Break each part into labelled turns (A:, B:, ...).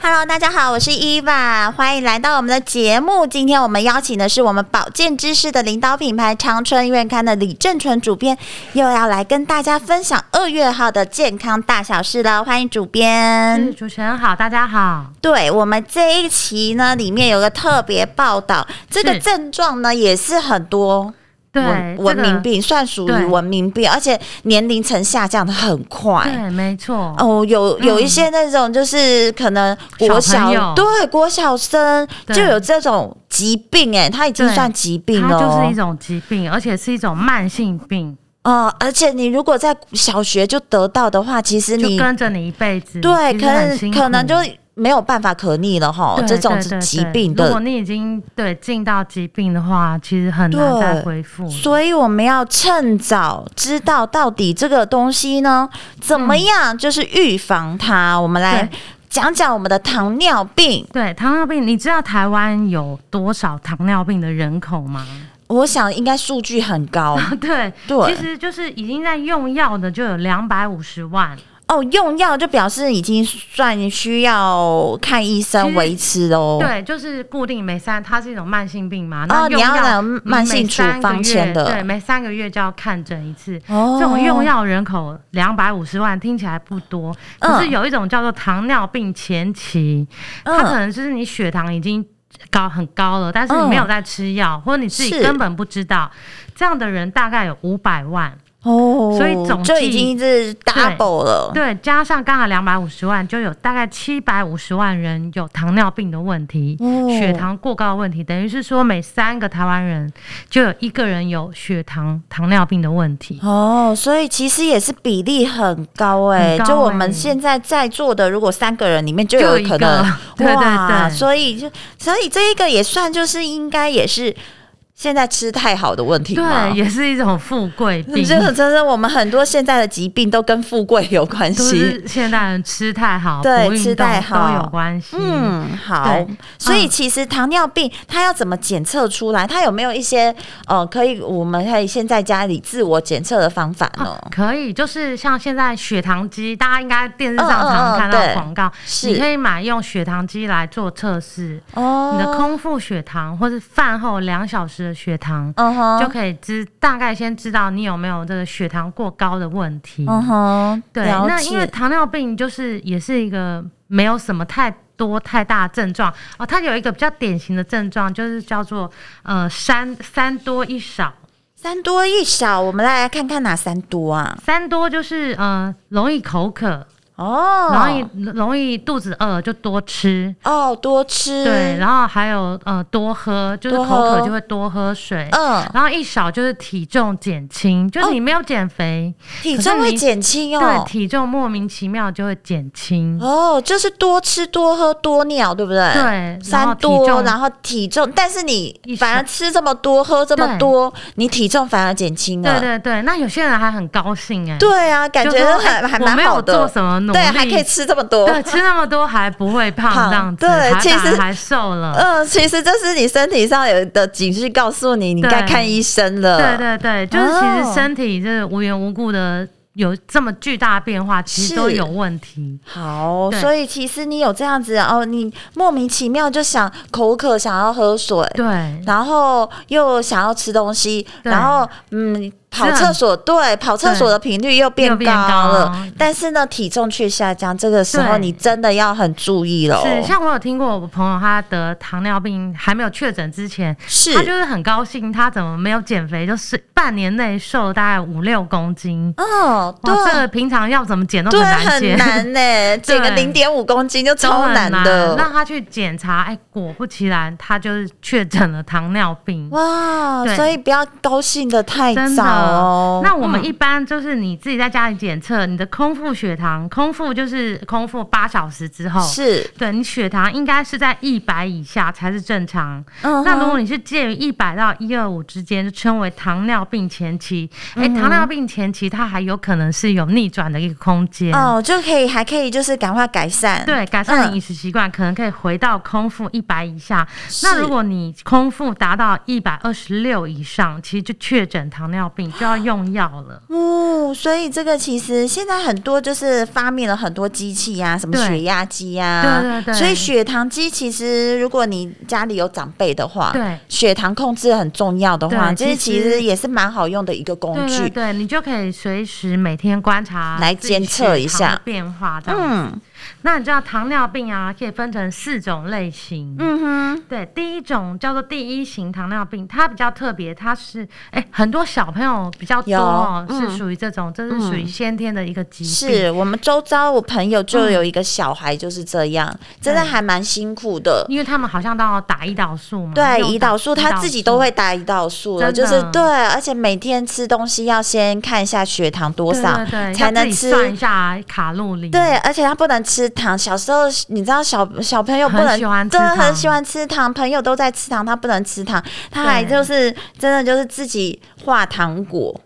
A: Hello，大家好，我是伊娃，欢迎来到我们的节目。今天我们邀请的是我们保健知识的领导品牌长春院刊的李正淳主编，又要来跟大家分享二月号的健康大小事了。欢迎主编。
B: 嗯，主持人好，大家好。
A: 对我们这一期呢，里面有个特别报道，这个
B: 是
A: 症状呢也是很多
B: 对，
A: 文
B: 这
A: 文
B: 个
A: 明病，算属于
B: 对
A: 文明病，而且年龄层下降的很快。
B: 对，没错。
A: 哦，有有一
B: 嗯
A: 些那种就是可能国
B: 小
A: 小
B: 朋友
A: 对国小生
B: 对
A: 就有这种疾病、哎，他已经
B: 对
A: 算疾病
B: 它
A: 了哦，
B: 就是一种疾病，而且是一种慢性病，
A: 呃，而且你如果在小学就得到的话，其实
B: 就
A: 你
B: 跟着你一辈子。
A: 对
B: 其
A: 可
B: 实很辛
A: 能
B: 苦
A: 可能就没有办法可逆了哈，
B: 对
A: 这种
B: 对对
A: 疾
B: 对
A: 病
B: 如
A: 的
B: 果你已经对进到疾病的话，其实很难
A: 对
B: 再恢复。
A: 所以我们要趁早知道到底这个东西呢怎么样，就是预防它。我们来
B: 嗯对
A: 讲讲我们的糖尿病。
B: 对糖尿病，你知道台湾有多少糖尿病的人口吗？
A: 我想应该数据很高
B: 对，
A: 对
B: 其实就是已经在用药的就有两百五十万。
A: 哦，用药就表示已经算需要看医
B: 其
A: 生
B: 实
A: 维持喽。
B: 对，就是固定每三，它是一种慢性病嘛。
A: 哦
B: 那用
A: 你要拿
B: 药
A: 慢性
B: 每三
A: 处
B: 个
A: 方签
B: 月
A: 的
B: 对，每三个月就要看诊一次。
A: 哦
B: 这种用药人口两百五十万，听起来不多，
A: 嗯
B: 可是有一种叫做糖尿病前期，
A: 嗯
B: 它可能就是你血糖已经。高很高了，但是你没有在吃药，或者你自己
A: 嗯是
B: 根本不知道，这样的人大概有五百万，
A: 哦，
B: 所以总
A: 就已
B: 计
A: 经是 double 了。
B: 对，加上刚才两百五十万，就有大概七百五十万人有糖尿病的问题，
A: 哦
B: 血糖过高的问题，等于是说每三个台湾人就有一个人有血糖糖尿病的问题。
A: 哦，所以其实也是比例很高哎、
B: 很高
A: 就我们
B: 欸
A: 现在在座的，如果三个人里面就
B: 就
A: 有
B: 有一
A: 可
B: 个
A: 能，
B: 对对
A: 哇
B: 对
A: 所以就所以这一个也算就是应该也是现在吃太好的问题嘛
B: 对，。也是一种富贵病，
A: 真的，真的，我们很多现在的疾病都跟富贵有关
B: 都
A: 系。
B: 是现代人吃太好，
A: 对
B: 不运
A: 吃
B: 动
A: 太好
B: 都有关系。嗯，
A: 嗯，好
B: 对。嗯
A: 所以其实糖尿病它要怎么检测出来？它有没有一些呃，可以我们可以先在家里自我检测的方法呢？
B: 哦可以，就是像现在血糖机，大家应该电视上
A: 嗯嗯嗯
B: 常看到
A: 对
B: 广告，
A: 是
B: 你可以买用血糖机来做测试。
A: 哦，
B: 啊你的空腹血糖或是饭后两小时的血糖，
A: 嗯哼，
B: 就可以知大概先知道你有没有这个血糖过高的问题。
A: 嗯哼，
B: 对，
A: 了
B: 那
A: 解
B: 因为糖尿病就是也是一个没有什么太多太大的症状哦，它有一个比较典型的症状就是叫做呃三三多一少。
A: 三多一少，我们来看看哪三多啊？
B: 三多就是呃容易口渴，
A: 哦，
B: 容易容易肚子饿就多吃，
A: 哦，多吃，
B: 对，然后还有呃多喝，就是
A: 多
B: 口
A: 喝
B: 渴就会多喝水，
A: 嗯，
B: 然后一少就是体重减轻，就
A: 哦
B: 你没有减肥，
A: 体重会减轻
B: 对
A: 哦。
B: 体重莫名其妙就会减轻。
A: 哦，就是多吃多喝多尿，对不对？
B: 对然后
A: 三
B: 体
A: 多，
B: 重
A: 然后体重，但是你
B: 一
A: 反而吃这么多，喝这么
B: 对
A: 多，你体重反而减轻
B: 对
A: 了。
B: 对对，那有些人还很高兴哎、
A: 对啊，感
B: 就
A: 觉
B: 说
A: 还
B: 哎
A: 还
B: 我
A: 蛮
B: 没有
A: 好的，
B: 做什么努
A: 对，还可以
B: 力
A: 吃这么多。
B: 对，吃那么多还不会
A: 胖
B: 胖，这样子，
A: 对
B: 还
A: 其
B: 反
A: 实
B: 而还瘦了。
A: 嗯，其实这是你身体上有的警示，告诉你你
B: 对
A: 该看医生了。
B: 对对对，就是其
A: 呃哦
B: 实身体就是无缘无故的有这么巨大的变化，其实都
A: 是
B: 有问题。
A: 好，
B: 对
A: 所以其实你有这样子哦，你莫名其妙就想口渴，想要喝水，
B: 对
A: 然后又想要吃东西，
B: 对
A: 然后嗯，
B: 是
A: 跑
B: 很
A: 厕所，对，跑厕所的频率又变
B: 又变
A: 高了，
B: 高
A: 但是呢，体重却下降，这个时候
B: 对
A: 你真的要很注意哦喽。
B: 是，像我有听过我朋友他得糖尿病还没有确诊之前，
A: 是
B: 他就是很高兴，他怎么没有减肥，就是半年内瘦大概五六公斤。
A: 哦，对
B: 哇，，这个平常要怎么 减都
A: 对，
B: 难
A: 很
B: 减，
A: 难呢、减个
B: 对
A: 零点五公斤就
B: 都
A: 超
B: 很
A: 难
B: 难
A: 的。
B: 让他去检查，哎，果不其然，他就是确诊了糖尿病。
A: 哇，
B: 对
A: 所以不要高兴的太
B: 真
A: 早
B: 的
A: 哦。
B: 那我们一
A: 嗯
B: 般就是你自己在家里检测你的空腹血糖，空腹就是空腹八小时之后，
A: 是，
B: 对你血糖应该是在一百以下才是正常。
A: 嗯
B: 那
A: 哼
B: 如果你是介于一百到一二五之间，就称为糖尿病前期。哎、
A: 嗯
B: 糖尿病前期它还有可能是有逆转的一个空间。
A: 哦，就可以，还可以，就是赶快改善。
B: 对，改
A: 嗯
B: 善饮食习惯、可能可以回到空腹一百以下。那如果你空腹达到一百二十六以上，其实就确诊糖尿病，就要用药了。
A: 哦，所以这个其实现在很多就是发明了很多机器呀、什么
B: 对
A: 血压机呀、
B: 对对对
A: 所以血糖机其实如果你家里有长辈的话，
B: 对
A: 血糖控制很重要的话，
B: 对
A: 这些
B: 其
A: 其
B: 实
A: 实也是蛮好用的一个工
B: 对
A: 具。
B: 对对，你就可以随时每天观察
A: 来
B: 自己
A: 监测一
B: 血糖的
A: 下
B: 变化。嗯，
A: 嗯
B: 那你知道糖尿病啊，可以分成四种类型。
A: 嗯哼，
B: 对，第一种叫做第一型糖尿病，它比较特别，它是哎、很多小朋友比较多、哦
A: 有嗯
B: 是属于这种，这是属于先天的一个疾病。
A: 是我们周遭我朋友就有一个小孩就是这样，
B: 嗯
A: 真的还蛮辛苦的。
B: 因为他们好像到打胰岛素嘛，
A: 对，
B: 用
A: 胰岛素他自己都会打胰岛素了，
B: 真
A: 就
B: 的
A: 是对，而且每天吃东西要先看一下血糖多
B: 对
A: 少，
B: 对对
A: 才
B: 要
A: 能
B: 自己
A: 吃
B: 算一下卡路里，
A: 对，而且他不能吃糖。小时候你知道小小朋友不
B: 很
A: 能，
B: 喜欢吃
A: 真的很
B: 糖
A: 喜欢吃糖，朋友都在吃糖，他不能吃糖，他还
B: 对
A: 就是真的就是自己画糖 果。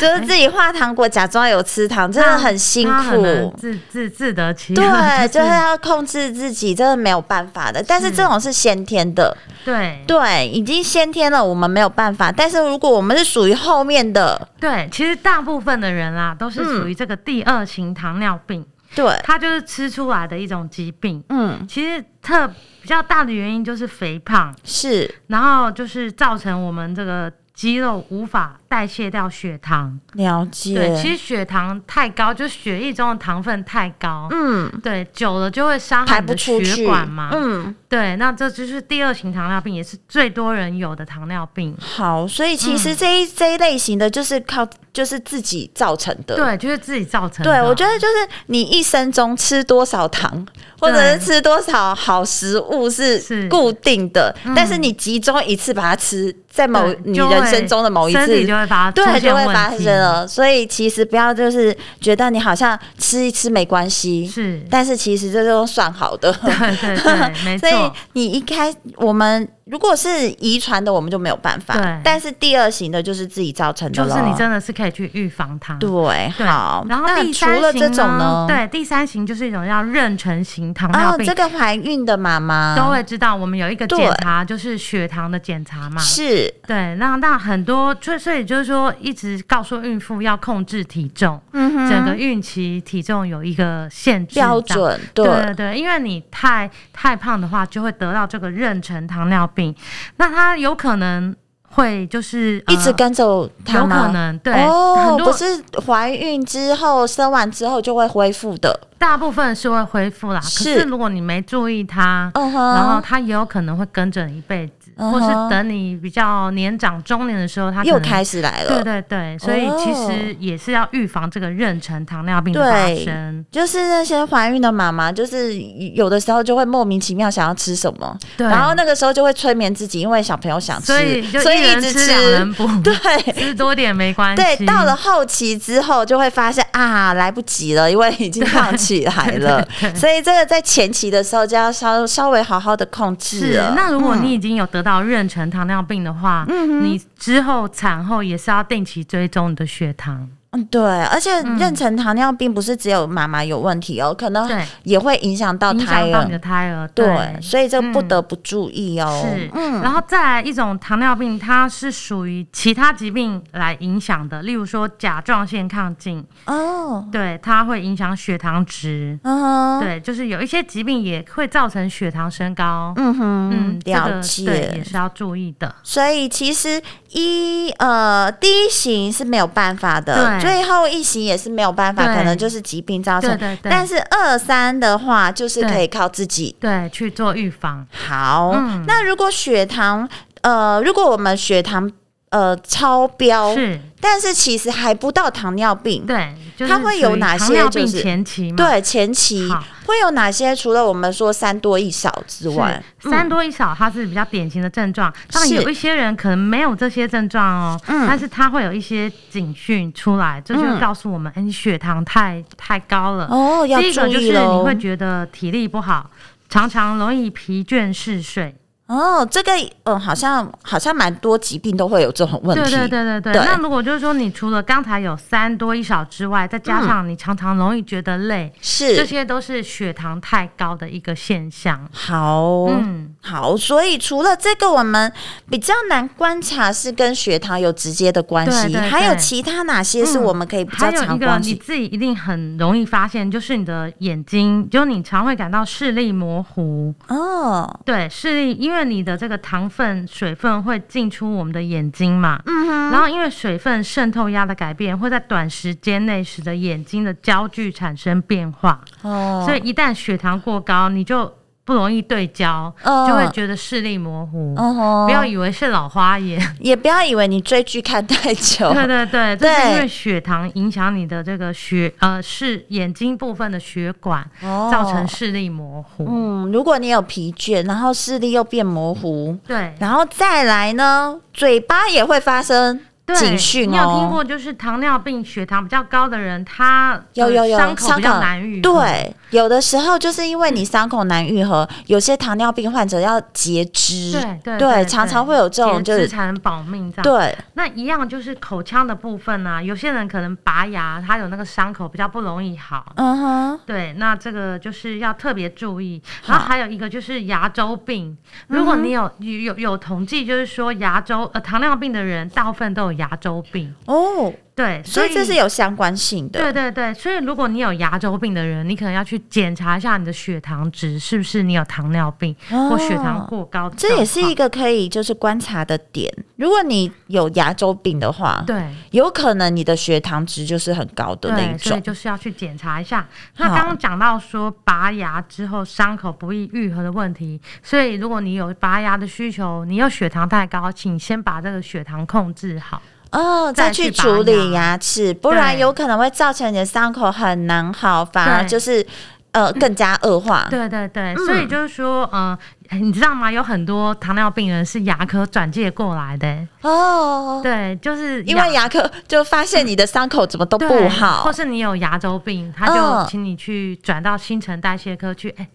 A: 就是自己画糖果，假装有吃糖，真
B: 那
A: 的很辛
B: 他很能
A: 苦。
B: 自自自得其乐，
A: 对，就是
B: 是
A: 要控制自己，真的没有办法的。但是这种是先天的，
B: 对
A: 对，已经先天了，我们没有办法。但是如果我们是属于后面的，
B: 对，其实大部分的人啦，都是属于这个第二型糖尿病，
A: 嗯对，
B: 它就是吃出来的一种疾病。
A: 嗯，
B: 其实特比较大的原因就是肥胖，
A: 是
B: 然后就是造成我们这个肌肉无法代谢掉血糖。
A: 了解。
B: 对，其实血糖太高，就是血液中的糖分太高。
A: 嗯，
B: 对，久了就会伤害
A: 排
B: 你
A: 不
B: 的
A: 出去
B: 血管嘛。
A: 嗯，
B: 对，那这就是第二型糖尿病，也是最多人有的糖尿病。
A: 好，所以其
B: 嗯
A: 实这一、这一类型的就是靠就是自己造成的。
B: 对，就是自己造成的。
A: 呃对，我觉得就是你一生中吃多少糖， 或者是
B: 对
A: 吃多少好食物是
B: 是
A: 固定的，
B: 嗯
A: 但是你集中一次把它吃，在某
B: 对
A: 你
B: 就
A: 人
B: 会
A: 生中的某一
B: 身体
A: 次。
B: 就会发出
A: 对，就
B: 现
A: 会
B: 问
A: 发
B: 题
A: 生了，所以其实不要就是觉得你好像吃一吃没关系，
B: 是，
A: 但是其实这都算好的。
B: 对 对对，没
A: 所以
B: 错，
A: 你一开，我们如果是遗传的，我们就没有办法
B: 对；
A: 但是第二型的，就是自己造成的
B: 就
A: 了。
B: 是你真的是可以去预防它。
A: 对，
B: 对
A: 好。
B: 然后
A: 那
B: 第
A: 除
B: 三
A: 了
B: 型
A: 这种呢？，
B: 对，第三型就是一种叫妊娠型糖
A: 哦
B: 尿，病，
A: 这个怀孕的妈妈
B: 都会知道我们有一个
A: 对
B: 检查，就是血糖的检查嘛。
A: 是，
B: 对，那那很多，所以所以就是说，一直告诉孕妇要控制体重，
A: 嗯哼，
B: 整个孕期体重有一个限制
A: 标
B: 这样。
A: 准
B: 对
A: 对。
B: 对对，因为你太太胖的话，就会得到这个妊娠糖尿病，那它有可能会就是、呃
A: 一直跟着他
B: 有
A: 吗？
B: 可能对、
A: 哦
B: 很，
A: 不
B: 多
A: 是怀孕之后生完之后就会恢复的，
B: 大部分是会恢复啦，
A: 是
B: 可是如果你没注意它，
A: 嗯
B: 然后
A: 哼，
B: 它也有可能会跟着你一辈子，
A: 嗯哼
B: 或是等你比较年长中年的时候，它可能
A: 又开始来了
B: 对。对对，所以其实也是要预防这个妊娠糖尿病的发
A: 对
B: 生。
A: 就是那些怀孕的妈妈，就是有的时候就会莫名其妙想要吃什么，
B: 对，
A: 然后那个时候就会催眠自己，因为小朋友想吃，
B: 所以就
A: 所
B: 一
A: 以一
B: 人
A: 直
B: 吃两 人补，
A: 对。
B: 吃多点没关系。
A: 对，到了后期之后就会发现啊，来不及了，因为已经胖起来了，所以这个在前期的时候就要稍稍微好好的控制
B: 是
A: 了。。
B: 那如果
A: 嗯
B: 你已经有得到妊娠糖尿病的话，你之后产后也是要定期追踪你的血糖。
A: 嗯，对，而且
B: 嗯
A: 妊娠糖尿病不是只有妈妈有问题哦，可能
B: 对，
A: 也会影响到
B: 影
A: 哦胎
B: 响到你
A: 儿
B: 的。胎儿，
A: 对，所以这不
B: 嗯
A: 得不注意哦。
B: 是，
A: 嗯，
B: 然后再来一种糖尿病，它是属于其他疾病来影响的，例如说甲状腺亢进，
A: 哦，
B: 对，它会影响血糖值，
A: 嗯哼，
B: 对，就是有一些疾病也会造成血糖升高，
A: 嗯哼，
B: 这个
A: 了
B: 对也
A: 解。
B: 是要注意的，
A: 所以其实一呃第一型是没有办法的，
B: 对
A: 最后一型也是没有办法，
B: 对
A: 可能就是疾病造
B: 对
A: 成。
B: 对对，
A: 但是二三的话，就是可以
B: 对
A: 靠自己。
B: 对去做预防，
A: 好，
B: 嗯
A: 那如果血糖呃，如果我们血糖呃超标，
B: 是
A: 但是其实还不到糖尿病，
B: 对，就是
A: 它会有
B: 属于
A: 哪
B: 糖
A: 些
B: 尿
A: 就
B: 病
A: 是
B: 前期嘛？
A: 对前期
B: 好
A: 会有哪些？除了我们说三多一少之
B: 是
A: 外，
B: 三多一少，它是比较典型的症状。当然，
A: 是
B: 有一些人可能没有这些症状哦，
A: 嗯
B: 但是他会有一些警讯出来，这就
A: 嗯
B: 告诉我们，哎、你血糖太太高了。
A: 哦，要
B: 第一
A: 注
B: 个就是
A: 意
B: 你
A: 喽
B: 会。觉得体力不好，常常容易疲倦嗜睡。
A: 哦，这个嗯，好像好像蛮多疾病都会有这种问
B: 对
A: 题。
B: 对对对对。
A: 对
B: 那如果就是说，你除了刚才有三多一少之外，再加上你常常容易觉得累，
A: 嗯
B: 这
A: 是哦
B: 些都是血糖太高的一个现象。
A: 好、
B: 嗯，
A: 好，所以除了这个，我们比较难观察是跟血糖有直接的关系，
B: 对对对嗯
A: 还有其他哪些是我们可以比较
B: 还有
A: 常
B: 一个
A: 关
B: 你
A: 系？
B: 自己一定很容易发现，就是你的眼睛，就是你常会感到视力模糊。
A: 哦，
B: 对，视力，因为你的这个糖分、水分会进出我们的眼睛嘛。嗯然后因为水分渗透压的改变，会在短时间内使得眼睛的焦距产生变化，
A: 哦，
B: 所以一旦血糖过高，你就不容易对焦，
A: 哦
B: 就会觉得视力模糊。
A: 哦吼
B: 不要以为是老花眼，
A: 也不要以为你追剧看太久，
B: 对对对，这是
A: 对
B: 因为血糖影响你的这个血呃是眼睛部分的血管，
A: 哦
B: 造成视力模糊。
A: 嗯，如果你有疲倦，然后视力又变模糊，
B: 对
A: 然后再来呢，嘴巴也会发生
B: 对，
A: 警讯哦。
B: 你有听过就是糖尿病血糖比较高的人，他
A: 有
B: 呃
A: 有有
B: 伤口比较难愈嗯合。
A: 对，有的时候就是因为你伤口难愈合，有些糖尿病患者要截肢，
B: 对对
A: 常常会有这种就
B: 截肢
A: 是
B: 才能保命这样。
A: 对，
B: 那一样就是口腔的部分啊，有些人可能拔牙，他有那个伤口比较不容易好。
A: 嗯哼，
B: 对，那这个就是要特别注意。然后
A: 好嗯
B: 还有一个就是牙周病，如果你有、有有统计，就是说牙周呃糖尿病的人大部分都有牙周病，
A: 哦，
B: 对，
A: 所
B: 所
A: 以这是有相关性的，
B: 对对对，所以如果你有牙周病的人，你可能要去检查一下你的血糖值是不是你有糖尿病、
A: 哦
B: 或血糖过高的状
A: 这
B: 况，
A: 也是一个可以就是观察的点。如果你有牙周病的话，
B: 对。
A: 有可能你的血糖值就是很高的那一
B: 对，所以
A: 种。
B: 就是要去检查一下。那
A: 好
B: 刚刚讲到说拔牙之后伤口不易愈合的问题，所以如果你有拔牙的需求，你又血糖太高，请先把这个血糖控制好。
A: 哦，
B: 再
A: 再去
B: 去拔
A: 处理
B: 牙
A: 牙齿，不然
B: 对
A: 有可能会造成你的伤口很难好，反而
B: 对
A: 就是呃更加恶化。
B: 对对对，所以就是说，嗯、呃，你知道吗？有很多糖尿病人是牙科转介过来的、
A: 哦，
B: 对，就是
A: 因为牙科就发现你的伤口怎么都不
B: 对
A: 好
B: 或，是你有牙周病，他
A: 嗯
B: 就请你去转到新陈代谢科去，哎、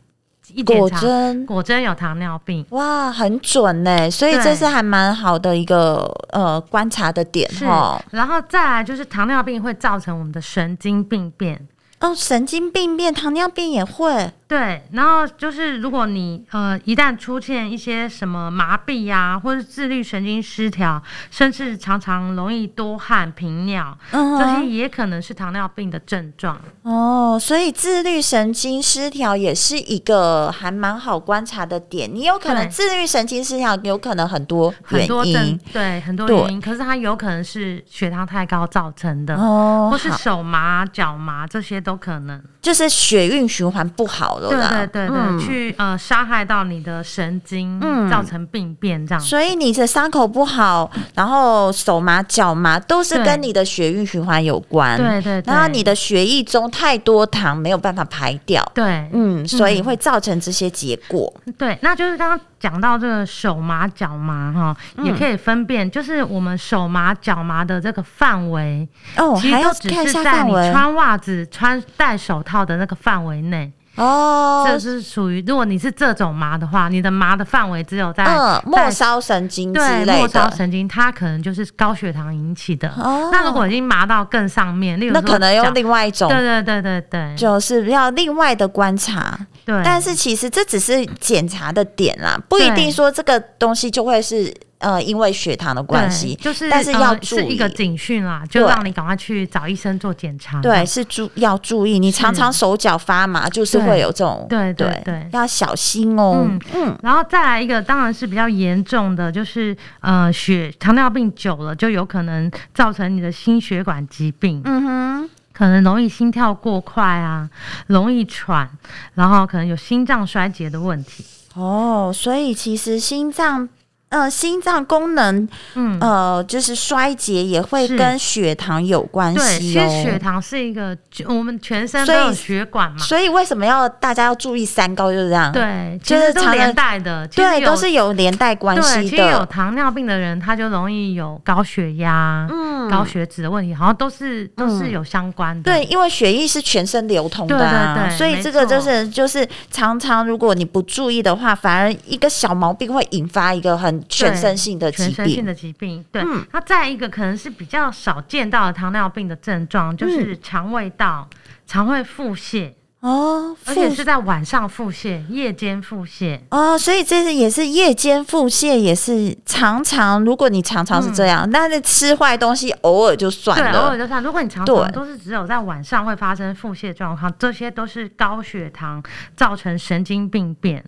B: 一检
A: 果
B: 查
A: 真
B: 果真有糖尿病。
A: 哇，很准呢，所以
B: 对
A: 这是还蛮好的一个呃观察的点
B: 是
A: 哦。，
B: 然后再来就是糖尿病会造成我们的神经病变。
A: 哦，神经病变，糖尿病也会
B: 对，然后就是如果你呃一旦出现一些什么麻痹呀、或是自律神经失调，甚至常常容易多汗、频尿，
A: 嗯
B: 这些
A: 哼
B: 也可能是糖尿病的症状。
A: 哦，所以自律神经失调也是一个还蛮好观察的点。你有可能
B: 对
A: 自律神经失调，有可能很多
B: 很
A: 原
B: 多症
A: 因
B: 对很多
A: 对
B: 原因，可是它有可能是血糖太高造成的，
A: 哦
B: 或是
A: 好
B: 手麻、脚麻这些都可能。
A: 就是血运循环不好了
B: 对
A: 啦。
B: 对对对，
A: 嗯
B: 去呃伤害到你的神经，
A: 嗯
B: 造成病变这样。
A: 所以你的伤口不好，然后手麻、脚麻，都是跟你的血运循环有关。
B: 对对对，
A: 然后你的血液中太多糖没有办法排掉，
B: 对
A: 嗯，所以会造成这些结果。
B: 对，那就是刚刚讲到这个手麻、脚麻哈，也
A: 嗯
B: 可以分辨，就是我们手麻、脚麻的这个范围，
A: 哦，
B: 其
A: 还
B: 实
A: 要
B: 都只
A: 看一
B: 是
A: 下
B: 在
A: 范
B: 你
A: 围。
B: 穿袜子、穿戴手套的那个范围内。
A: 哦，
B: 这是属于如果你是这种麻的话，你的麻的范围只有在
A: 嗯，末
B: 在
A: 梢神经之
B: 对
A: 类
B: 末梢
A: 的。
B: 神经，它可能就是高血糖引起的。
A: 哦
B: 那如果已经麻到更上面，例如
A: 那
B: 说
A: 可能
B: 脚
A: 用另外一种
B: 对，对对对对，
A: 就是要另外的观察。
B: 对，
A: 但是其实这只是检查的点啦，不一
B: 对
A: 定说这个东西就会是呃因为血糖的关
B: 对
A: 系，
B: 就是
A: 但是要
B: 呃
A: 注
B: 是一个
A: 意
B: 警讯啦，就
A: 对
B: 让你赶快去找医生做检查。
A: 对，是注要注意，你常常手脚发麻，就是
B: 对
A: 会有这种
B: 对对对
A: 要小心哦。
B: 嗯
A: 嗯，
B: 然后再来一个，当然是比较严重的，就是呃血糖尿病久了，就有可能造成你的心血管疾病，
A: 嗯哼，
B: 可能容易心跳过快啊，容易喘，然后可能有心脏衰竭的问题。
A: 哦，所以其实心脏。呃，心脏功能
B: 嗯，
A: 呃，就是衰竭也会
B: 是
A: 跟血糖有关
B: 对，
A: 系
B: 其实血
A: 哦。
B: 糖是一个我们全身都
A: 所以
B: 有血管嘛，
A: 所以为什么要大家要注意三高？就是这样，
B: 对，其
A: 就是
B: 实都
A: 常
B: 连
A: 常
B: 带的，其实
A: 对，
B: 有
A: 都是有连带关
B: 对，
A: 系
B: 其实有
A: 的。
B: 糖尿病的人，他就容易有高血压、
A: 嗯
B: 高血脂的问题，好像都是都是有相关的。
A: 对，因为血液是全身流通的、啊，
B: 对对对
A: 所以
B: 没
A: 这个
B: 错
A: 就是就是常常如果你不注意的话，反而一个小毛病会引发一个很全身性的疾
B: 全身性
A: 病。
B: 的疾病，对
A: 嗯。
B: 那、再一个可能是比较少见到的糖尿病的症
A: 嗯
B: 状，就是肠胃道、肠胃腹泻，
A: 哦，腹
B: 而且是在晚上腹泻、夜间腹泻。
A: 哦，所以这是也是夜间腹泻，也是常常如果你常常是这样，那那吃坏东西偶尔就算
B: 嗯对，偶尔
A: 了。
B: 就算。如果你常
A: 对
B: 常都是只有在晚上会发生腹泻状况，这些都是高血糖造成神经病变，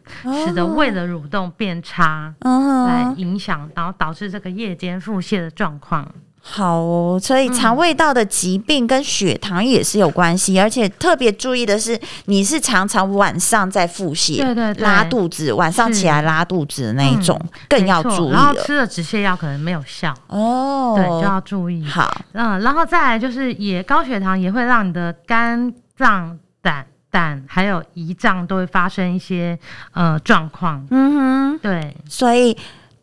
B: 使得胃的蠕动变差。来
A: 哦嗯哼，
B: 影响，然后导致这个夜间腹泻的状况。
A: 好哦，所以肠胃道的疾病跟血糖也是有关系，而且特别注意的是，你是常常晚上在腹泻，
B: 对对对
A: 拉肚子，晚上起来拉肚子的那一种，更要
B: 没错
A: 注意
B: 然后
A: 了。
B: 吃了止泻药可能没有效，
A: 哦，
B: 对，就要注意。
A: 好，
B: 嗯，然后再来就是也高血糖也会让你的肝脏、胆、胆还有胰脏都会发生一些呃状况。
A: 嗯哼，
B: 对，
A: 所以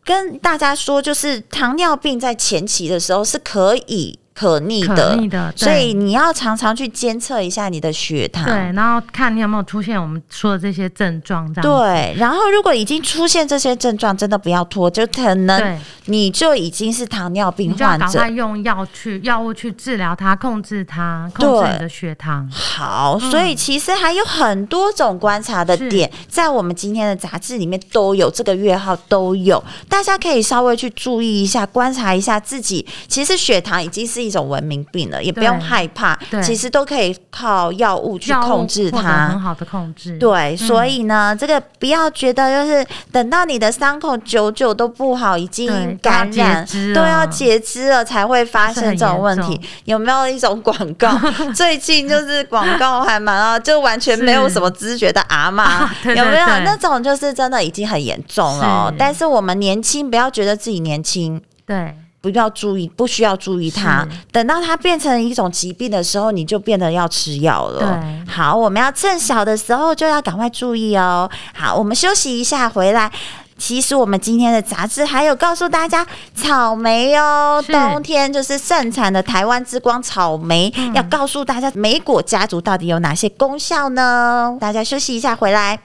A: 跟大家说，就是糖尿病在前期的时候是可以可逆
B: 可
A: 嗯的，
B: 逆的，
A: 所
B: 对
A: 以嗯你要常常去监测一下你的血糖。
B: 对，然后看你有没有出现我们说的这些症状，这样子。
A: 对然后如果已经出现这些症状，真的不要拖，就可能
B: 对，
A: 你就已经是糖尿
B: 你
A: 病
B: 就要
A: 患
B: 赶
A: 者
B: 快。用药去药物去治疗它，控制它，控制
A: 对
B: 你的血糖。
A: 好，
B: 嗯
A: 所以其实还有很多种观察的点，在我们今天的杂志里面都有，这个月号都有，大家可以稍微去注意一下，观察一下自己。其实血糖已经是一种文明病了，也不
B: 对
A: 用害怕，
B: 对
A: 其实都可以靠药物去
B: 药物
A: 控制
B: 获得很
A: 它。
B: 好的控制。
A: 对，所
B: 嗯
A: 以呢，这个不要觉得就是等到你的伤口久久都不好，已经
B: 对
A: 感
B: 都要
A: 染
B: 截肢
A: 都要
B: 了
A: 截肢了才会发
B: 是
A: 生
B: 很
A: 这种
B: 严
A: 问题
B: 重。
A: 有没有一种广 告？最近就是广告还蛮啊，就完全没有
B: 是，
A: 什么知觉的阿妈
B: 对
A: 有没有
B: 对对
A: 那种就是真的已经很严重了哦
B: 是。
A: 但是我们年轻，不要觉得自己年轻。
B: 对
A: 不要注意，不需要注意它。
B: 是
A: 等到它变成一种疾病的时候，你就变得要吃药了。
B: 对
A: 好，我们要趁小的时候就要赶快注意哦。好，我们休息一下，回来。其实我们今天的杂志还有告诉大家，草莓哦，
B: 是
A: 冬天就是盛产的台湾之光草莓，
B: 嗯
A: 要告诉大家莓果家族到底有哪些功效呢？大家休息一下，回来。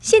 C: 现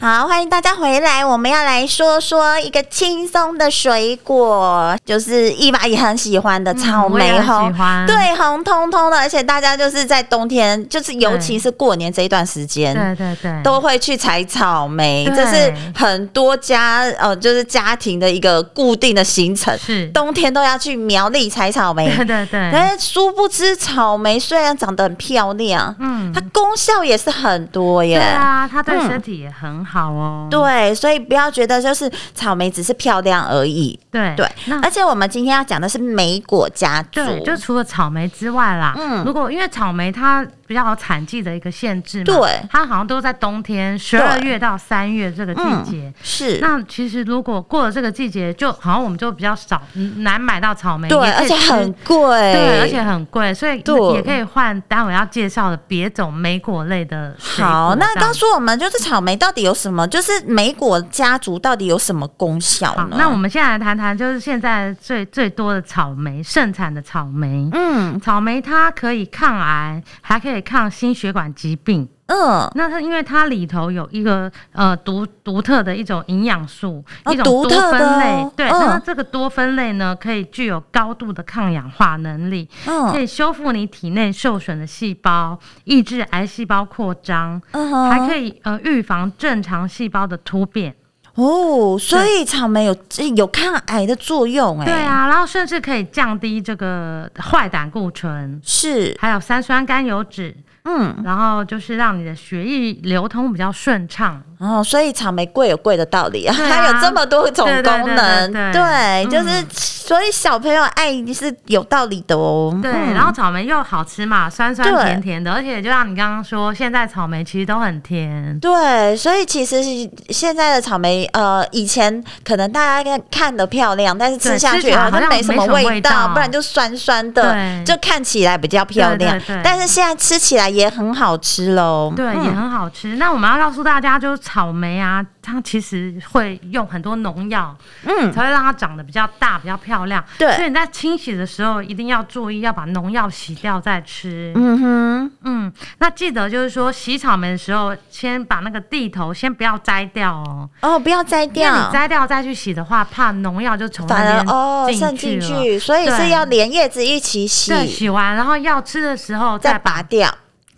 A: 好，欢迎大家回来，我们要来说说一个轻松的水果，就是伊娃也很喜欢的草
B: 嗯我也
A: 莓
B: 很
A: 红。
B: 喜欢，
A: 对，红彤彤的，而且大家就是在冬天，就是尤其是过年这一段时间，
B: 对对对，
A: 都会去采草莓，
B: 对
A: 这是很多家呃，就是家庭的一个固定的行程，
B: 是，
A: 冬天都要去苗栗采草莓。
B: 对对对，
A: 但是殊不知，草莓虽然长得很漂亮，
B: 嗯
A: 它，功效也是很多耶。
B: 对啊，它对
A: 嗯
B: 身体也很好哦，
A: 对，所以不要觉得就是草莓只是漂亮而已。
B: 对
A: 对，
B: 那
A: 而且我们今天要讲的是莓果家族，
B: 对，就除了草莓之外啦，
A: 嗯
B: 如果因为草莓它比较有产季的一个限制嘛，
A: 对
B: 它好像都在冬天十二月到三月这个季
A: 嗯
B: 节。
A: 是
B: 那其实如果过了这个季节，就好像我们就比较少嗯难买到草莓，
A: 对，
B: 也可
A: 而
B: 以
A: 且
B: 吃
A: 很贵，
B: 对，而且很贵，所以
A: 对
B: 也可以换待会要介绍的别种莓果类的水果
A: 好，那
B: 这样
A: 告诉我们，就是草莓到底有什么？就是莓果家族到底有什么功效
B: 好，
A: 呢？
B: 那我们现在来谈谈，就是现在最最多的草莓盛产的草莓。
A: 嗯
B: 草莓它可以抗癌，还可以抗心血管疾病。
A: 嗯，
B: 那它因为它里头有一个呃独独特的一种营养素，
A: 哦
B: 一种
A: 独
B: 多
A: 特的
B: 酚类
A: 哦。
B: 对，
A: 嗯
B: 那这个多酚类呢，可以具有高度的抗氧化能力，
A: 嗯
B: 可以修复你体内受损的细胞，抑制癌细胞扩张，
A: 嗯哼
B: 还可以呃预防正常细胞的突变。
A: 哦，所以草莓有有抗癌的作用、哎，
B: 对，啊，然后甚至可以降低这个坏胆固醇，
A: 是，
B: 还有三酸甘油脂，
A: 嗯，
B: 然后就是让你的血液流通比较顺畅。
A: 哦，所以草莓贵有贵的道理，
B: 啊
A: 它有这么多种
B: 对对对
A: 功能，
B: 对对
A: 对，
B: 对嗯
A: 就是、所以小朋友爱是有道理的哦，
B: 对，
A: 嗯
B: 然后草莓又好吃嘛，酸酸
A: 对
B: 甜甜的，而且就像你刚刚说，现在草莓其实都很甜。
A: 对，所以其实是现在的草莓，呃，以前可能大家看看的漂亮，但是吃
B: 对
A: 下去
B: 吃起来
A: 好
B: 好
A: 像
B: 像
A: 没什
B: 没
A: 么
B: 什么味
A: 道，
B: 道
A: 不然就酸酸的，
B: 对
A: 就看起来比较漂亮。
B: 对对对
A: 但是现在吃起来也很好吃喽。
B: 对，也很好吃。那我们要告诉大家，就是草莓啊，它其实会用很多农药，
A: 嗯，
B: 才会让它长得比较大、比较漂亮。
A: 对
B: 所以你在清洗的时候一定要注意，要把农药洗掉再吃。
A: 嗯哼，
B: 嗯，那记得就是说洗草莓的时候，先把那个地头先不要摘掉哦，
A: 哦，不要摘
B: 因为
A: 掉
B: 你，摘掉再去洗的话，怕农药就从
A: 反而
B: 那
A: 哦
B: 边
A: 渗进
B: 进去了。
A: 去，所以是
B: 对
A: 要连叶子一起洗，
B: 对，洗完然后要吃的时候
A: 再
B: 再
A: 拔
B: 拔
A: 掉。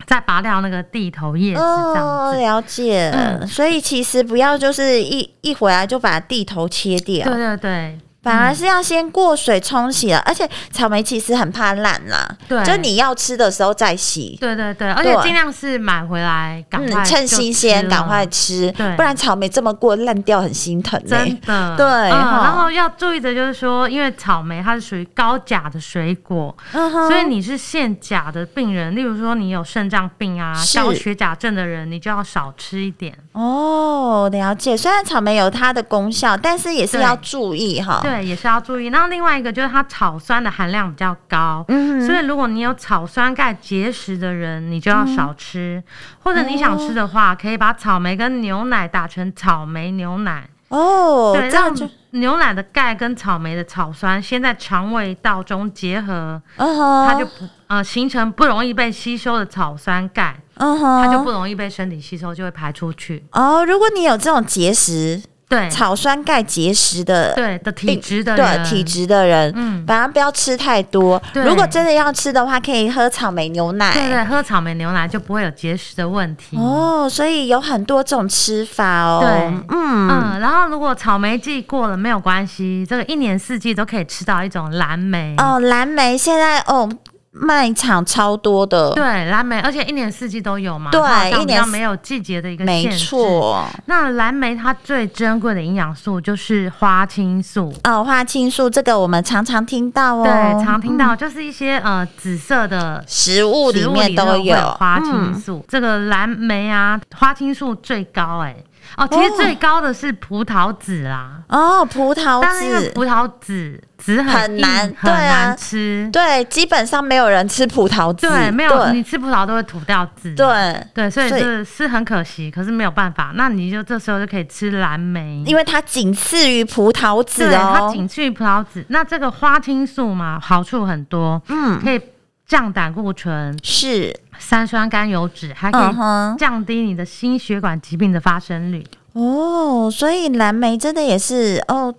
B: 再拔掉那个地头叶子这样
A: 哦，
B: 子。
A: 了解。
B: 嗯
A: 所以其实不要就是一一回来就把地头切掉。
B: 对嗯对对，
A: 反而是要先过水冲洗了，而且草莓其实很怕烂啦，
B: 对
A: 就你要吃的时候再洗，
B: 对对对，而且
A: 对
B: 尽量是买回来赶快、
A: 嗯，趁新鲜赶快。吃，
B: 对
A: 不然草莓这么过烂掉很心疼欸呢、
B: 真的，
A: 对
B: 嗯
A: 哈
B: 然后要注意的就是说，因为草莓它是属于高钾的水果，
A: 嗯哼
B: 所以你是限钾的病人，例如说你有肾脏病啊、
A: 是
B: 高血钾症的人，你就要少吃一点。
A: 哦，了解。虽然草莓有它的功效，但是也是
B: 对
A: 要注意哈。，
B: 对，也是要注意。然后另外一个就是它草酸的含量比较高，
A: 嗯
B: 所以如果你有草酸钙结石的人，你就要少吃。
A: 嗯
B: 或者你想吃的话，可以把草莓跟牛奶打成草莓牛奶，
A: 哦，
B: 对，
A: 这样
B: 让
A: 就，
B: 牛奶的钙跟草莓的草酸先在肠胃道中结合，
A: 嗯哼，
B: 它就不呃形成不容易被吸收的草酸钙，
A: 嗯哼，
B: 它就不容易被身体吸收，就会排出去。
A: 哦。如果你有这种结石，
B: 对
A: 草酸钙结石的
B: 对的体
A: 病
B: 质的人，
A: 对体质的人，
B: 嗯
A: 反而不要吃太多。
B: 对
A: 如果真的要吃的话，可以喝草莓牛奶。
B: 对对，喝草莓牛奶就不会有结石的问题。
A: 哦，所以有很多种吃法哦。
B: 对
A: 嗯，
B: 嗯，然后如果草莓季过了没有关系，这个一年四季都可以吃到一种蓝莓。
A: 哦，蓝莓现在哦卖场超多的，
B: 对，蓝莓，而且一年四季都有嘛，
A: 对
B: 它好像
A: 一
B: 比
A: 年
B: 较
A: 四
B: 没有季节的一个
A: 没
B: 限制。
A: 错。
B: 那蓝莓它最珍贵的营养素就是花青素，
A: 哦，花青素这个我们常常听到哦，
B: 对，常听
A: 嗯
B: 到就是一些呃紫色的
A: 食物里
B: 食物
A: 面
B: 里
A: 都
B: 会有花青
A: 嗯
B: 素，这个蓝莓啊，花青素最高哎、哦，其
A: 哦
B: 实最高的是葡萄籽啦，
A: 哦，葡萄
B: 但是因为
A: 籽。
B: 葡萄籽籽
A: 很
B: 很硬
A: 难
B: 很
A: 对啊
B: 难吃，
A: 对，基本上没有人吃葡萄籽，
B: 对，没有你
A: 对
B: 吃葡萄都会吐掉籽，
A: 对，
B: 对，所以
A: 所以
B: 这是很可惜，可是没有办法，那你就这时候就可以吃蓝莓，
A: 因为它仅次于葡萄籽
B: 对，它
A: 哦。
B: 仅次于葡萄籽。那这个花青素嘛，好处很多，
A: 嗯
B: 可以。降胆固醇、
A: 是，
B: 三酸甘油脂，还可
A: 嗯
B: 以
A: 哼，
B: 降低你的心血管疾病的发生率。
A: 哦，所以蓝莓真的也是哦，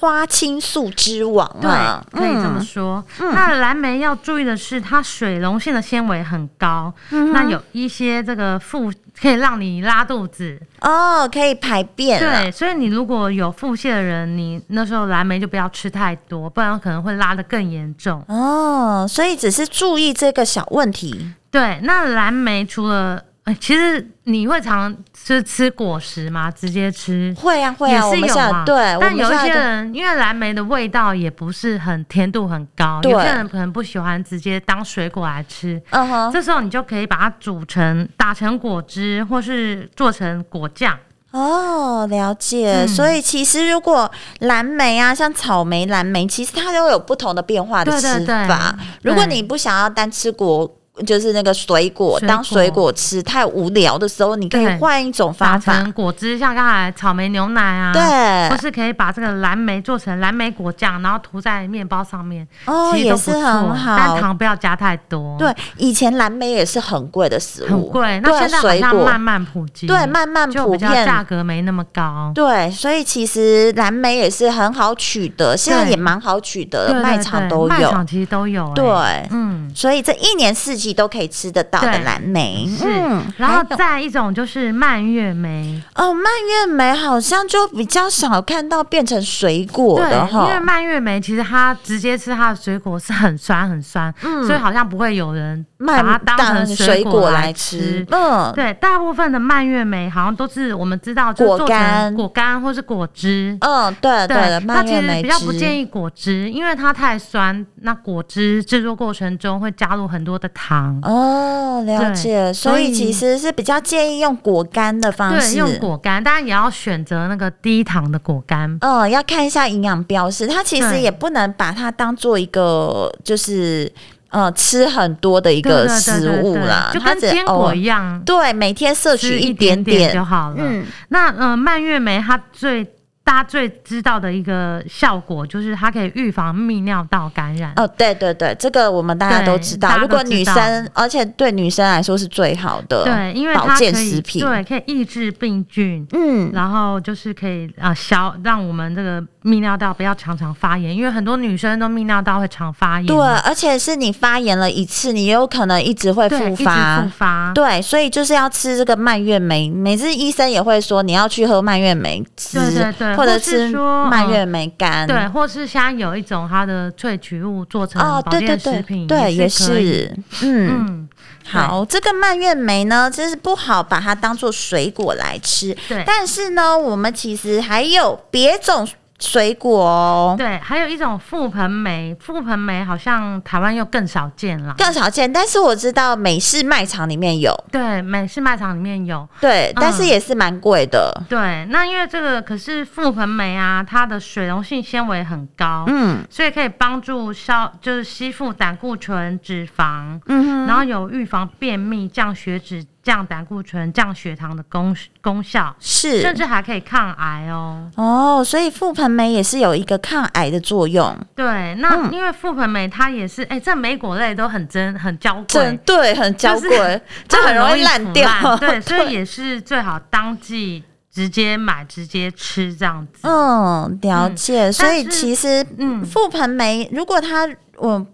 A: 花青素之王
B: 对
A: 啊，，
B: 可以这么
A: 嗯
B: 说。那蓝莓要注意的是，它水溶性的纤维很高，
A: 嗯
B: 那有一些这个腹可以让你拉肚子。
A: 哦，可以排便啊了，
B: 对，所以你如果有腹泻的人，你那时候蓝莓就不要吃太多，不然可能会拉得更严重。
A: 哦，所以只是注意这个小问题，
B: 对，那蓝莓除了哎其实你会常吃吃果实吗？直接吃
A: 会啊会
B: 也
A: 啊，我
B: 是
A: 们
B: 有
A: 现在
B: 嘛，
A: 对，我
B: 但
A: 们
B: 有
A: 现
B: 一
A: 在
B: 些
A: 就
B: 人因为蓝莓的味道也不是很甜度很高，有
A: 对
B: 些人可能不喜欢直接当水果来吃。
A: 嗯哼，
B: 这时候你就可以把它煮成打成果汁，或是做成果酱。
A: 哦，了解。
B: 嗯
A: 所以其实如果蓝莓啊，像草莓、蓝莓，其实它都有不同的变化的
B: 对对
A: 吃法。
B: 对
A: 如果
B: 对
A: 你不想要单吃果，就是那个水果
B: 水
A: 当水
B: 果
A: 果吃，太无聊的时候，你可以
B: 对
A: 换一种
B: 打
A: 方法。
B: 成果汁，像刚才草莓牛奶啊，，或
A: 对，
B: 是可以把这个蓝莓做成蓝莓果酱，然后涂在面包上面，
A: 哦，
B: 其实
A: 也
B: 都不
A: 是
B: 错。
A: 很
B: 但
A: 好。
B: 糖不要加太多，，
A: 对，以前蓝莓也是很贵的食物，
B: 很贵。那
A: 对啊
B: 现在好
A: 水
B: 像
A: 果
B: 慢慢普及，
A: 对慢慢
B: 就
A: 普
B: 比较价
A: 遍。
B: 格没那么高。
A: 对，所以其实蓝莓也是很好取得，现在
B: 对
A: 也蛮好取得
B: 对
A: 的，
B: 对
A: 卖场
B: 对
A: 都
B: 卖
A: 有。
B: 场其实都有、欸。
A: 对，
B: 嗯，
A: 所以这一年四季都可以吃得到的
B: 对
A: 蓝莓，
B: 是。
A: 嗯，
B: 然
A: 还
B: 后
A: 有
B: 再一种就是蔓越莓，
A: 哦，蔓越莓好像就比较少看到变成水果的
B: 对，因为
A: 哈，
B: 蔓越莓其实它直接吃它的水果是很酸很酸，
A: 嗯
B: 所以好像不会有人把
A: 蔓
B: 它当成
A: 水
B: 果
A: 来
B: 吃。
A: 嗯，
B: 对，大部分的蔓越莓好像都是我们知道，就是
A: 果
B: 做成
A: 干
B: 果干或是果汁。
A: 嗯，对对
B: 对
A: 的，，
B: 那
A: 蔓
B: 其
A: 越
B: 实
A: 莓
B: 比较不建
A: 汁，
B: 议果汁，因为它太酸。那果汁制作过程中会加入很多的糖，
A: 哦，了
B: 对
A: 解，所
B: 所
A: 以
B: 以
A: 其实是比较建议用果干的方
B: 对，
A: 式，
B: 用果干，当然也要选择那个低糖的果干。
A: 嗯，要看一下营养标示，它其实
B: 对
A: 也不能把它当做一个就是呃吃很多的一
B: 对
A: 个
B: 对对
A: 食
B: 对
A: 物
B: 对
A: 啦，
B: 就
A: 它
B: 跟
A: 只
B: 坚
A: 偶
B: 果
A: 尔
B: 一样，
A: 对，每天摄取
B: 吃一
A: 点
B: 点就好了。
A: 嗯，
B: 那呃，蔓越莓它最大家最知道的一个效果就是它可以预防泌尿道感染。
A: 哦，对对对，这个我们大家
B: 对
A: 都知道。
B: 大家
A: 如
B: 都
A: 果女
B: 知道
A: 生，而且对女生来说是最好的，
B: 对，因为
A: 保
B: 它可
A: 健食
B: 以
A: 品，
B: 对，可以抑制病菌，
A: 嗯，
B: 然后就是可以啊、呃消让我们这个泌尿道不要常常发炎，因为很多女生都泌尿道会常发炎
A: 对，
B: 嘛，
A: 而且是你发炎了一次，你有可能一直会
B: 对，
A: 复
B: 一直复
A: 发。
B: 发，
A: 对，所以就是要吃这个蔓越莓。每次医生也会说你要去喝蔓越莓汁，
B: 对对对
A: 或者
B: 或是
A: 吃
B: 说
A: 蔓
B: 嗯
A: 越莓干。
B: 对，或是现在有一种它的萃取物做成
A: 哦，
B: 保
A: 对对
B: 健食
A: 对，
B: 品，
A: 对，也
B: 是可以，
A: 是，嗯。
B: 嗯，
A: 好，这个蔓越莓呢，就是不好把它当做水果来吃。
B: 对
A: 但是呢，我们其实还有别种水果哦，
B: 对，还有一种覆盆梅，覆盆梅好像台湾又更少见了。
A: 更少见。但是我知道美式卖场里面有，
B: 对，美式卖场里面有。
A: 对，
B: 嗯
A: 但是也是蛮贵的。
B: 对，那因为这个可是覆盆梅啊，它的水溶性纤维很高，
A: 嗯
B: 所以可以帮助消，就是吸附胆固醇、脂肪，
A: 嗯哼，
B: 然后有预防便秘、降血脂、降胆固醇、降血糖的功功效，甚
A: 是
B: 至还可以抗癌哦。
A: 哦，所以覆盆梅也是有一个抗癌的作用。
B: 对，那
A: 嗯
B: 因为覆盆梅它也是，哎、这莓果类都很珍很娇贵，
A: 这对很娇
B: 就是
A: 贵， 这
B: 它
A: 很容易烂
B: 腐
A: 掉。
B: 对，所以也是最好当季直接买、直接吃这样子。
A: 嗯，了
B: 嗯
A: 解。所
B: 但
A: 以
B: 是
A: 其实
B: 嗯，
A: 覆盆梅，如果它我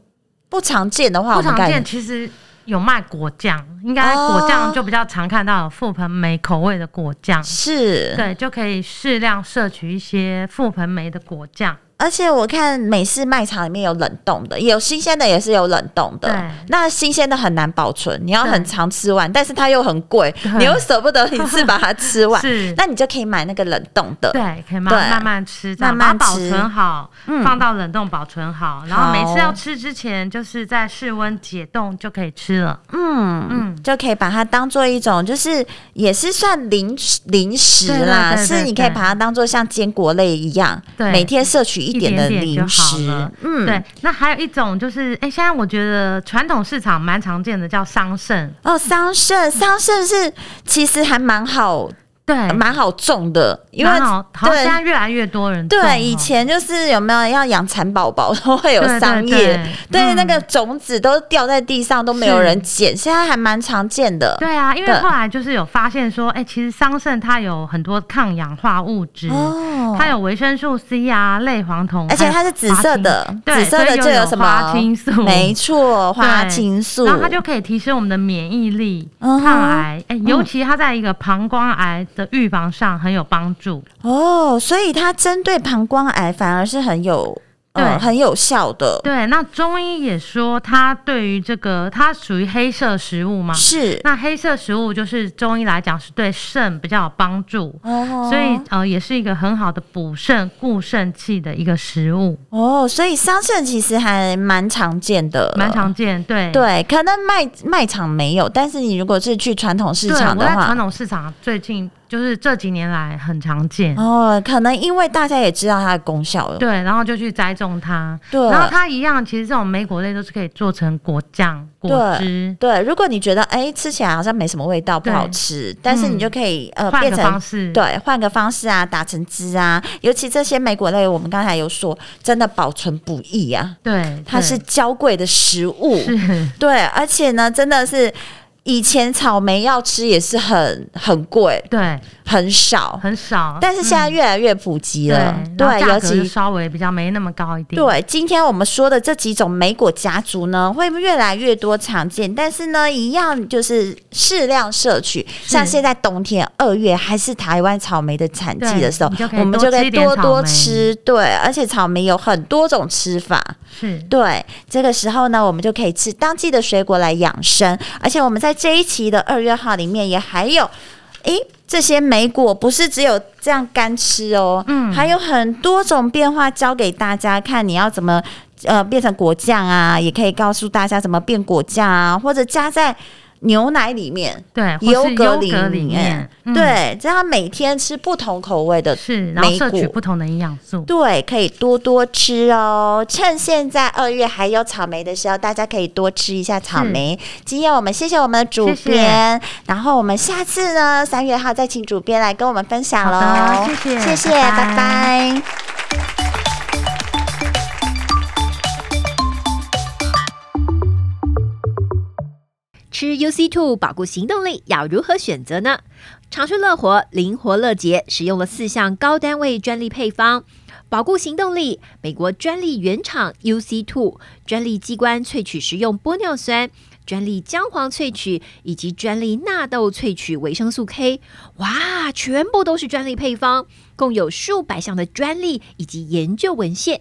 A: 不常见的话，
B: 不
A: 我们
B: 常
A: 该
B: 见，其实有卖果酱，应该果
A: 哦
B: 酱就比较常看到有覆盆梅口味的果酱。
A: 是，
B: 对，就可以适量摄取一些覆盆梅的果酱。
A: 而且我看美式卖场里面有冷冻的，也有新鲜的，也是有冷冻
B: 对
A: 的。那新鲜的很难保存，你要
B: 对
A: 很常吃完，但是它又很贵，你又舍不得一次把它吃完，
B: 是，
A: 那你就可以买那个冷冻的。
B: 对，可以慢
A: 对
B: 慢慢吃，这
A: 慢
B: 样
A: 慢
B: 把它保
A: 吃
B: 存好，
A: 嗯
B: 放到冷冻保存好，然后每
A: 好
B: 次要吃之前，就是在室温解冻就可以吃了。
A: 嗯
B: 嗯
A: 就可以把它当做一种，就是也是算零食零食啦，
B: 对对对对
A: 是你可以把它当做像坚果类一样，
B: 对
A: 每天摄取一点的
B: 一点点就
A: 零食。
B: 好了
A: 嗯，
B: 对，那还有一种就是，哎、现在我觉得传统市场蛮常见的叫桑葚，
A: 哦，桑葚，桑葚是其实还蛮好
B: 对，
A: 蛮好种的，因为
B: 蛮好好像
A: 对
B: 现在越来越多人种哦
A: 对以前就是有没有要养蚕宝宝都会有
B: 对
A: 桑
B: 对
A: 叶，对
B: 对嗯
A: 那个种子都掉在地上都没有
B: 是
A: 人捡，现在还蛮常见的。
B: 对啊，因为
A: 对
B: 后来就是有发现说，哎、其实桑葚它有很多抗氧化物质，
A: 哦
B: 它有维生素 C 啊、类黄酮，
A: 而且
B: 还
A: 它
B: 有
A: 是紫色的
B: 花青，对
A: 紫色的
B: 所以
A: 就
B: 又有
A: 什
B: 花
A: 么？
B: 青素，
A: 没错，
B: 对
A: 花青素。
B: 然后它就可以提升我们的免疫力，
A: 嗯哼
B: 抗癌，哎、尤其它在一个膀胱癌的预防上很有帮助。
A: 哦，所以它针对膀胱癌反而是很有呃
B: 对
A: 很有效的，
B: 对，那中医也说，它对于这个，它属于黑色食物嘛，
A: 是
B: 那黑色食物就是中医来讲是对肾比较有帮助。
A: 哦，
B: 所以呃，也是一个很好的补肾固肾气的一个食物，
A: 哦，所以桑葚其实还蛮常见的，
B: 蛮常见。对
A: 对，可能卖卖场没有，但是你如果是去传统市
B: 对，
A: 场
B: 我
A: 的
B: 在
A: 话
B: 传，统市场最近就是这几年来很常见。
A: 哦，可能因为大家也知道它的功效了，
B: 对，然后就去栽种它，
A: 对
B: 然后它一样，其实这种莓果类都是可以做成果酱、果
A: 对
B: 汁，
A: 对，如果你觉得哎、吃起来好像没什么味道，不
B: 对
A: 好吃，但是你
B: 嗯
A: 就可以、呃
B: 换
A: 变
B: 个方
A: 成。
B: 式。
A: 对，换个方式啊，打成汁啊，尤其这些莓果类，我们刚才有说，真的保存不易啊，
B: 对，
A: 它是娇贵的食物，
B: 对是，
A: 对，而且呢，真的是以前草莓要吃也是很很贵，
B: 对，
A: 很少，
B: 很
A: 哦
B: 少。嗯
A: 但是现在越来越普及
B: 对
A: 了，，
B: 然后
A: 对，
B: 价
A: 尤
B: 格就
A: 其
B: 稍微比较没那么高一点。
A: 对，今天我们说的这几种莓果家族呢，会越来越多常见，但是呢，一样就是适量摄取。像现在冬天二月还是台湾草莓的产季
B: 对
A: 的时候
B: 你就可，以
A: 我们
B: 多
A: 就可
B: 吃
A: 以
B: 一点
A: 多
B: 草
A: 多
B: 莓
A: 吃。对，而且草莓有很多种吃法。
B: 是，
A: 对，这个时候呢，我们就可以吃当季的水果来养生。而且我们在这一期的二月号里面也还有，诶，这些莓果不是只有这样干吃哦，
B: 嗯
A: 还有很多种变化教给大家，看你要怎么呃变成果酱啊，也可以告诉大家怎么变果酱啊，或者加在牛奶里面。
B: 对，或
A: 优
B: 是
A: 格
B: 优格
A: 里
B: 里
A: 面
B: 面，嗯，
A: 对，这样每天吃不同口味的
B: 是，然后摄
A: 莓
B: 取
A: 果
B: 不同的营养素。
A: 对，可以多多吃哦。趁现在二月还有草莓的时候，大家可以多吃一下草
B: 嗯
A: 莓。今天我们谢谢我们的主编，然后我们下次呢，三月号再请主编来跟我们分享喽
B: 好。的谢谢
A: 谢谢，
B: 拜拜
A: 拜拜
C: 吃 UC Two 保护行动力要如何选择呢？长春乐活灵活乐捷使用了四项高单位专利配方，保护行动力、美国专利原厂 UC Two 专利机关萃取食用玻尿酸。专利姜黄萃取以及专利纳豆萃取维生素 K，哇，全部都是专利配方，共有数百项的专利以及研究文献。